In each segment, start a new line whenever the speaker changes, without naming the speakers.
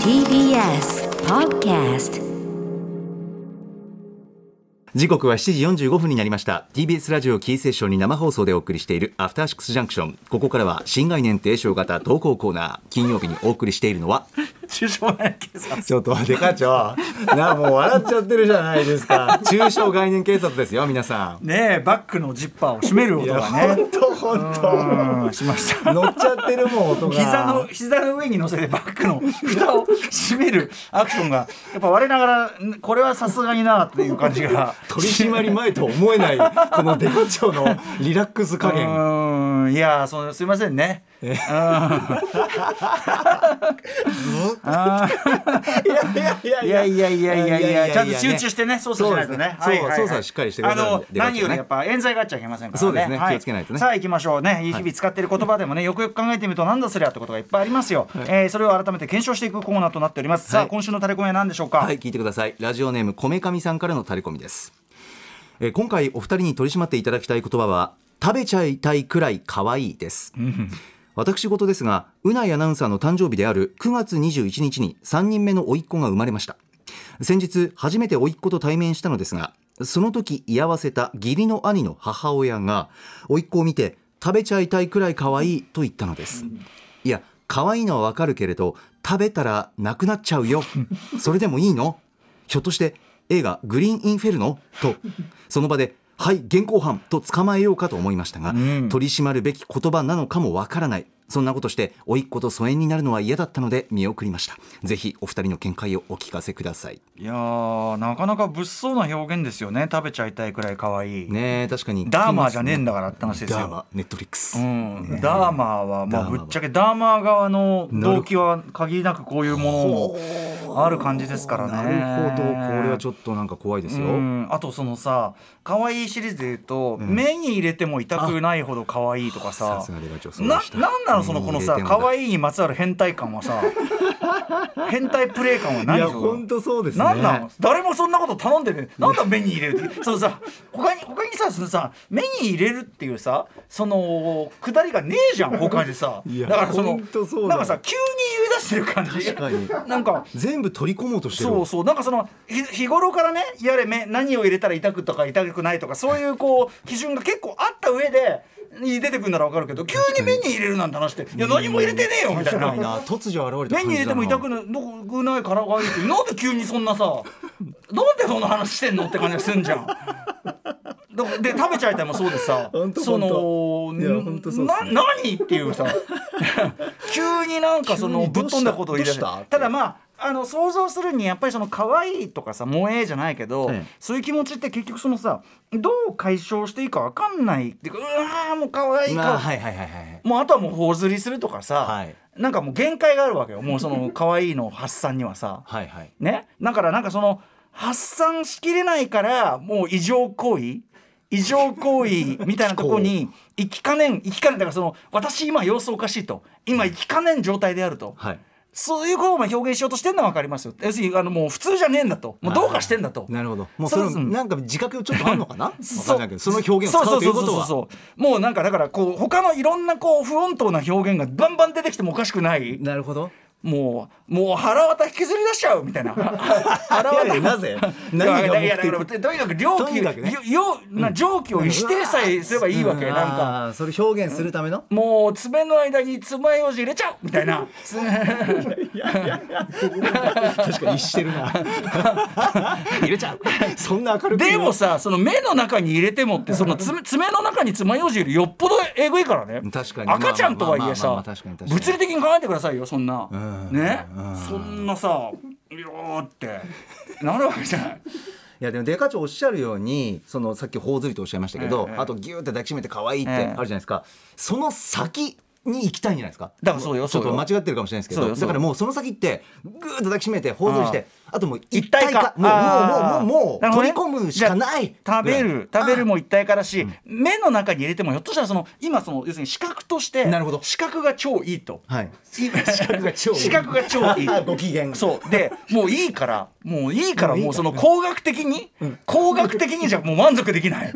TBS Podcast
時刻は7時45分になりました TBS ラジオキーセッションに生放送でお送りしているアフターシックスジャンクションここからは新概念提唱型投稿コーナー金曜日にお送りしているのは
中小概念警察
ちょっと待って課長なもう笑っちゃってるじゃないですか 中小概念警察ですよ皆さ
ねえバッグのジッパーを閉める
んい
音
や
がね
本当本
うんしました
当乗っちゃってるもん音が
膝の膝の上に乗せてバッグの蓋を閉めるアクションがやっぱ我ながらんこれはさすがになっていう感 じが
取り締まり前とは思えないこのデカ長のリラックス加
う
減
ーんいやーそのすいませんね
いやいやいや
いやいやいやいやいやちゃんと集中しててね操作しないとね
そうですね
はいはいはい
そう操作しっかりしてくだ
あ
さいね
の
出口ね
何よりやっぱ冤罪があっちゃいけませんからね
そうですね
はい
気をつけないとね
さあ行きましょうね日々使っている言葉でもねよくよく考えてみるとなんだそりゃってことがいっぱいありますよえーそれを改めて検証していくコーナーとなっておりますさ
は
あ
い
今週のタレコミは何でしょうか
はい聞いてくださいラジオネームこめかみさんからのタレコミです、えー今回お二人に取り締まっていただきたい言葉は食べちゃいたいくらい可愛いです私事ですがうないアナウンサーの誕生日である9月21日に3人目の甥いっ子が生まれました先日初めて甥いっ子と対面したのですがその時居合わせた義理の兄の母親が甥いっ子を見て食べちゃいたいくらい可愛いと言ったのですいや可愛いのはわかるけれど食べたらなくなっちゃう よそれでもいいのひょっとして映画「グリーンインフェルノ?」とその場で「はい現行犯」と捕まえようかと思いましたが、
ん
取り締まるべき言葉なのかもわからないそんなことして甥いっ子と疎遠になるのは嫌だったので見送りましたぜひお二人の見解をお聞かせください
いやーなかなか物騒な表現ですよね食べちゃいたいくらい可愛い
ねえ確かに
ダーマーじゃねえんだからって話ですよ
ダーマネットフリックス、
うん、ダーマーは、ま
ダーマ
あ、
ーは
ぶっちゃけダーマー側の動機は限りなくこういうものもある感じですからね。
なるほどこれはちょっとなんか怖いですよ、
うんあとそのさ可愛いシリーズで言うと、目に入れても痛くないほど可愛いとか
さ
さ
すが出口
ななんなのそのこのさ可
い
愛いにまつわる変態感 はさ変態プレイ感はい何
や
その
本当そうですね
なんなの誰もそんなこと頼んでねなんだ目に入れ るってそのさ他に他にさそのさ目に入れるっていうさそのくだりがねえじゃん他でさ
いや
だからその
ほんとそうだ
なんかさ急に言い出してる感じ
確かに
なんか
全部取り込もうとしてる
そうそうなんかそのひ日頃からねやれ目何を入れたら痛くとか痛くないとかそういうこう基準が結構あった上で出てくるならわかるけど急に目に入れるなんて話していや何も入れてねえよみたいな
突如現れた
目に入れても痛くないどくないからがいいってなんで急にそんなさなんでそんな話してんのって感じがすんじゃん。だで食べちゃいたいもそうでさ
ほんと
そ
ほ
の
んといやほんとそうっすね
な何ってい うさ急になんかそ
急
の
に
ぶ
ど
っ
うした
飛んだことを言い出して
どうしたって
ただまああの想像するにやっぱりその可愛いとかさ萌えじゃないけど、
ええ
そういう気持ちって結局そのさどう解消していいかわかんないっていうかうわーもう可愛い
ま
か
あはいはいはいはい
もうあとはもう頬ずりするとかさ、
はい
なんかもう限界があるわけよもうその可愛いの発散にはさ
はいはい
ねだからなんかその発散しきれないからもう異常行為異常行為みたいなとこに行きかねん行きかねんだからその私今様子おかしいと今行きかねん状態であると、
はい
そういうことをまあ表現しようとしてるのは分かりますよ要するにあのもう普通じゃねえんだともうどうかしてんだと。
なるほどもうそれ
そうです
なんか自覚ちょっとあるの かなわか
そ
んないけどその表現を使うということは
そうそうそうそうそうもうなんかだからこう他のいろんなこう不穏当な表現がバンバン出てきてもおかしくない
なるほど
もうもう腹渡引きずり出しちゃうみたいな腹
いやいやなぜ何が
いやい
目
やだ
的
からとにかく料
とに
金
かくね
よな蒸気を指定さえすればいいわけ
う
なんんか
あーそれ表現するため の
もう爪の間に爪楊枝入れちゃうみたいな
確かにしてる な入れちゃうそんな明るく
でもさその目の中に入れてもってそ の爪爪の中に爪楊枝よりよっぽどえぐいからね
確かに
赤ちゃんとはいえ
まあまあまあまあ
さ
確かに確かに
物理的に考えてくださいよそんな
うん
ね
うん
そんなさ「よー」って なるわけじゃない。
いやでもデカ長おっしゃるようにそのさっき頬ずりとおっしゃいましたけど、
ええ
あとギューって抱きしめて可愛いってあ
え
る
え
じゃないですか、その先に行きたいんじゃないですか
だからそうよ
ちょっ
そう
と
よ
間違ってるかもしれないですけ
そう
ど
よそう
だ
よ
からもうその先ってグーッと抱きしめて頬ずりしてあともう一
一
体
体
化
化
もう
あ
もう
ー
もうもう
なるほ
取
どね
り込むしかない
じゃあ食べ
ぐらい
る食べるも一体化だし、目の中に入れてもひょっとしたらその今その要するに視覚として
なるほど
視覚が超いいと
はい
視
覚が超いい
視覚が超いい
ご機嫌
そうでもういいからもういいか
も
ら
ういいから
もうその工学的に工学的にじゃもう満足できない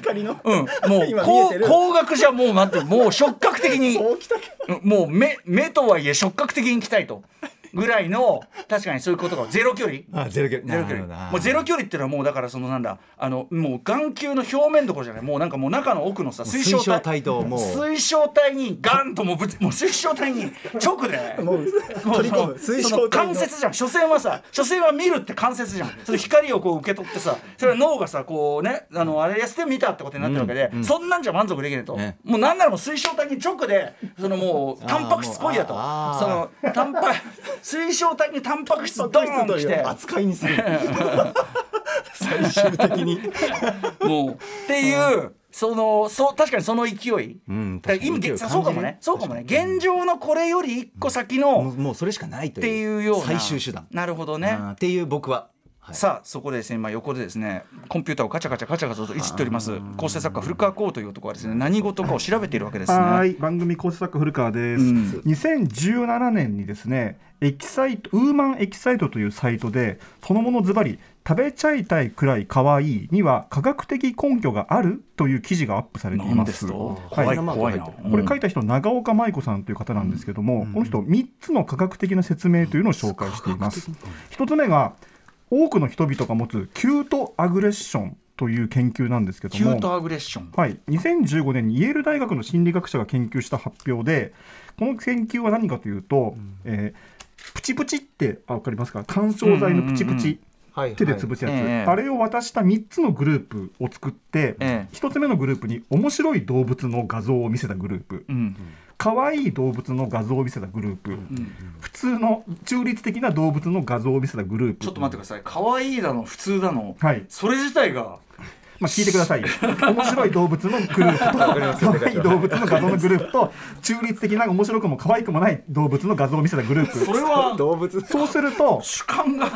光の
うんもう
今見え
工
てる
工学じゃもうなんてもう触覚的に
そうきたか
もう目目とはいえ触覚的に行きたいとぐらいの確かにそういうことがゼロ距離
あゼロ距離
ゼロ
な
距
るほどな
離もうゼロ距離っていうのはもうだからそのなんだあのもう眼球の表面どころじゃないもうなんかもう中の奥のさ水晶
水晶
体
体ともう
水晶体にガンともうぶつもう水晶体に直で
もう取り込む水
そ
晶
の
体の
関節じゃん所詮はさ所詮は見るって関節じゃんその光をこう受け取ってさそれは脳がさこうねあのあれやって見たってことになってるわけで、
うんうん
そんなんじゃ満足できないと、
ね
もうなんならもう水晶体に直でそのもうタンパク質濃いやと
あー
そのタンパ水晶体にタンパク質ドーンときて
扱いに する最終的に
もうっていうそのそう確かにその勢い、
うん
だ
確
か
からに
今
勢いを感じる
そうかもねそうかもね
確かに
現状のこれより一個先
も
の
うもうそれしかないと
っ
いう
ていうような
最終手段
なるほどね、
うんっていう僕ははい
さあそこでですね今横でですねコンピューターをカチャカチャカチャカチャといじっております構成作家古川光という男はですね何事かを調べているわけです
は
ね。
い、番組構成作家古川です。
うん
2017年にですね、エキサイトウーマンエキサイトというサイトでそのものズバリ食べちゃいたいくらい可愛いには科学的根拠があるという記事がアップされてい
なん
ま。
ですすと
はい
怖い怖いな。
これ書
い
いた人長岡舞子さんという方なんですけども、この人3つの科学的な説明というのを紹介しています1つ目が多くの人々が持つキュートアグレッションという研究なんですけど
キュー
も
トアグレッション。
はい、2015年にイェール大学の心理学者が研究した発表でこの研究は何かというと、えープチプチってあ分かりますか緩衝材のプチプチ、手で潰すやつ、
はいはいええ
あれを渡した3つのグループを作って、
ええ
1つ目のグループに面白い動物の画像を見せたグループ
うん
可愛い動物の画像を見せたグループ、普通の中立的な動物の画像を見せたグループ
ちょっと待ってください可愛いだの普通だの、
はい
それ自体が
まあ、聞いてく ださい。面白い動物のグループと、可愛い動物の画像のグループと、中立的な面白くも可愛くもない動物の画像を見せたグル
そ
ープ。
れは
動物
そうすると、
主観が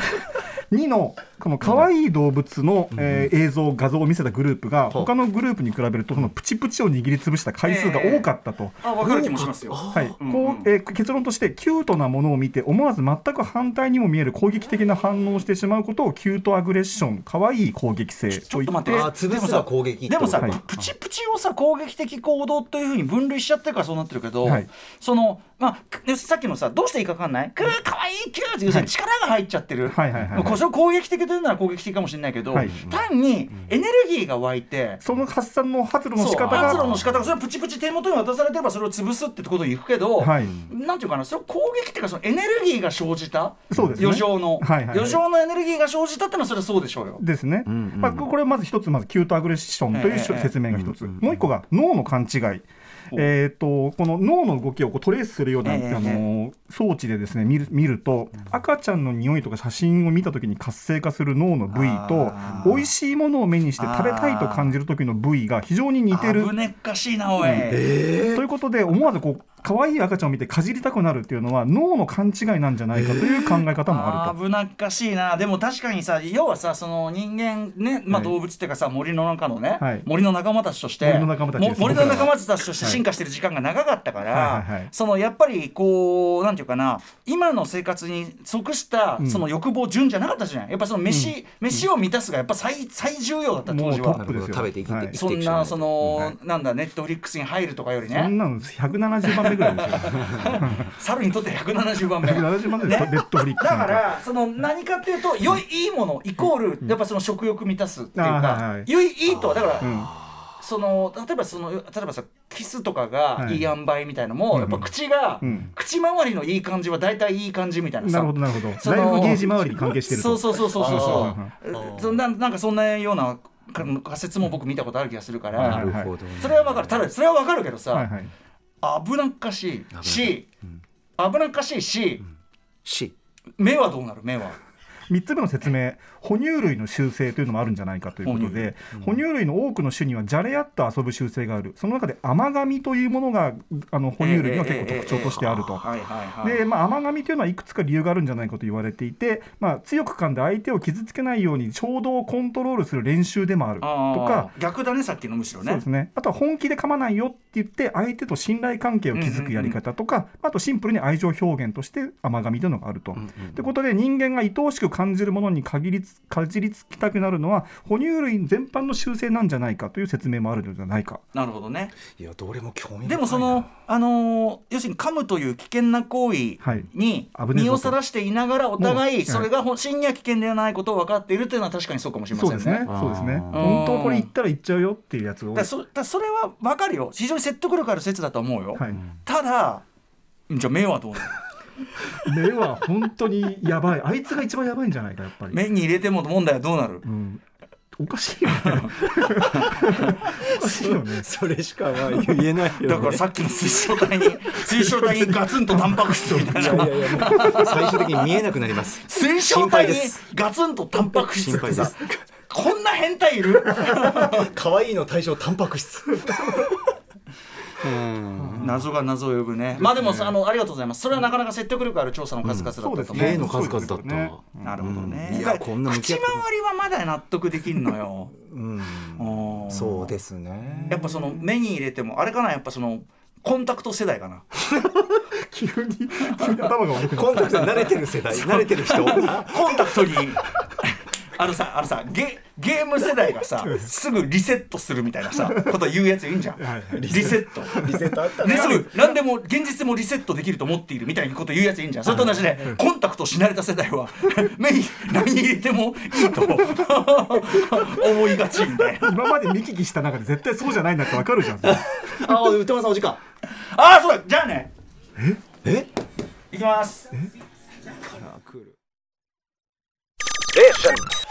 2のこの可愛い動物の、えー映像、画像を見せたグループが、他のグループに比べると、そのプチプチを握りつぶした回数が多かったと。
あ分かる気もしますよ。
はいこうえー結論としてキュートなものを見て思わず全く反対にも見える攻撃的な反応をしてしまうことをキュートアグレッション可愛い攻撃性
ち
と
ょっ
言
と
っ
待
て
って
あ潰すは攻撃って
で
こ
も
と
さ
か
でもさ、プチプチをさ攻撃的行動というふうに分類しちゃってるからそうなってるけど、
はい
そのまあくさっきのさどうしていいか分かんないくるかわいいキューっていうさ力が入っちゃってる、
はいはいはいはい
これを攻撃的というなら攻撃的かもしれないけど、
はい
単にエネルギーが湧いて。
その発散の発露の
そう
仕方が
発露の仕方がそれはプチプチ手元に渡されてればそれを潰すってことに行くけど、
はい
なんていうかなそれは攻撃っていうかそのエネルギーが生じた
そうですね
余剰の、
はいはいはい
余剰のエネルギーが生じたってのはそれはそうでしょうよ。
ですね、まあ、ここれはまず一つまずキュートアグレッションという
ええ
説明が一つ、もう一個が脳の勘違い。えー、とこの脳の動きをこうトレースするような、
ええ
あの装置でですね見る見ると赤ちゃんの匂いとか写真を見た時に活性化する脳の部位と
あー
美味しいものを目にして食べたいと感じる時の部位が非常に似てる
危ねっかしいなおい、
ということで思わずこう可愛い赤ちゃんを見てかじりたくなるっていうのは脳の勘違いなんじゃないかという考え方もあると。
危なっかしいなでも確かにさ要はさその人間ね、まあ、
はい
動物っていうかさ、森の中のね、
はい
森の仲間たちとして
森の仲間たちです
も森の仲間たちとして進化してる時間が長かったから、
はいはいはい
そのやっぱりこうなんていうかな今の生活に即した
うん
その欲望順じゃなかったじゃないやっぱその飯、飯を満たすがやっぱ最最重要だった当時
もう
は
トッ。
なるほど食べて生きて、
は
生
い
きてい
そん
くしかい
なその、なんだネットフリックスに入るとかより
そん
ね
なの170番目ぐらいですよ。
猿にとって170番 目
170番目でネットフリックス
だ
なん
か
から
その何かっていうと良いいいものイコールやっぱその食欲満たすっていう
あーはい
か
はい
良いいいとはだから
うん
その例えばその例えばさキスとかが
はい
いい塩梅みたいのもやっぱ口が
うん
口周りのいい感じは大体いい感じみたいな
な
さ
るほどなるほど。
その
ライフゲージ周りに関係してる
そう
と。
そうそうそう
あ
そうそんななんかそんなようなか仮説も僕見たことある気がするか
は
ら
い
なるほどね
それは分かるただそれは分かるけど
はい
さ
はい。
危なっかしいし危なっかしいし
し
目はどうなる目は。
3つ目の説明哺乳類の習性というのもあるんじゃないかということで哺乳類の多くの種にはじゃれ合って遊ぶ習性があるその中で甘噛みというものがあの哺乳類には結構特徴としてあると。
はいはいはい
でまあ、甘噛みというのはいくつか理由があるんじゃないかと言われていて、まあ、強く噛んで相手を傷つけないように衝動をコントロールする練習でもあるとか
あー逆だねさっきのむしろ
そう
ね
ですね、あとは本気で噛まないよって言って相手と信頼関係を築くやり方とか、あとシンプルに愛情表現として甘噛みというのがあると。ということで人間が愛おしく噛感じるものに限りつかじりつきたくなるのは哺乳類全般の習性なんじゃないかという説明もあるのではないか
なるほどね
いやどれも興味深いな
でもその、あのー要するに噛むという危険な行為
はい
に
危ねえぞと
身をさらしていながらお互
も
いうそれが本真には危険ではないことを分かっているというのは確かにそうかもしれま
そう
せん
で
ね。
すね
あー
そうですね
うん
本当これ言ったら言っちゃうよっていうやつ
だ
を
からそだからそれは分かるよ非常に説得力ある説だと思うよ、
はい、
ただじゃあ目はどうなの
目は本当にやばいあいつが一番やばいんじゃないかやっぱり、
目に入れても問題はどうなる
うん、おかしい よねおかしいよね
それしかまあ言えないよ、ね、
だからさっきの水晶体 に水晶体にガツンとタンパク質みたいない
やいやいやもう最終的に見えなくなります
水晶体にガツンとタンパク質ってさ
心配
こんな変態いる
可愛いの対象タンパク質うん
謎が謎を呼ぶねまあでもあのありがとうございますそれはなかなか説得力ある調査の数々だったと思う、
そうですね
例の数々だった、
ね
なるほどね、
うんいやこんな向き
口
合
回
って
りはまだ納得できんのよ
うん
うん
そうですね
やっぱその目に入れてもあれかなやっぱそのコンタクト世代かな
急に急に頭が悪くなる
コンタクトに慣れてる世代慣れてる人
コンタクトに あのさあのさゲゲーム世代がさすぐリセットするみたいなさこと言うやついるんじゃん、
はいはい
リセット
リセットあった
で、すぐ何でも現実もリセットできると思っているみたいなこと言うやついいんじゃんそれと同じでコンタクトし慣れた世代は 目に何入れてもいいと思いがちみたいな
今まで見聞きした中で絶対そうじゃないんだってわかるじゃんそれ
ああ歌丸さんお時間
ああそうだじゃあね
え
いきます
来る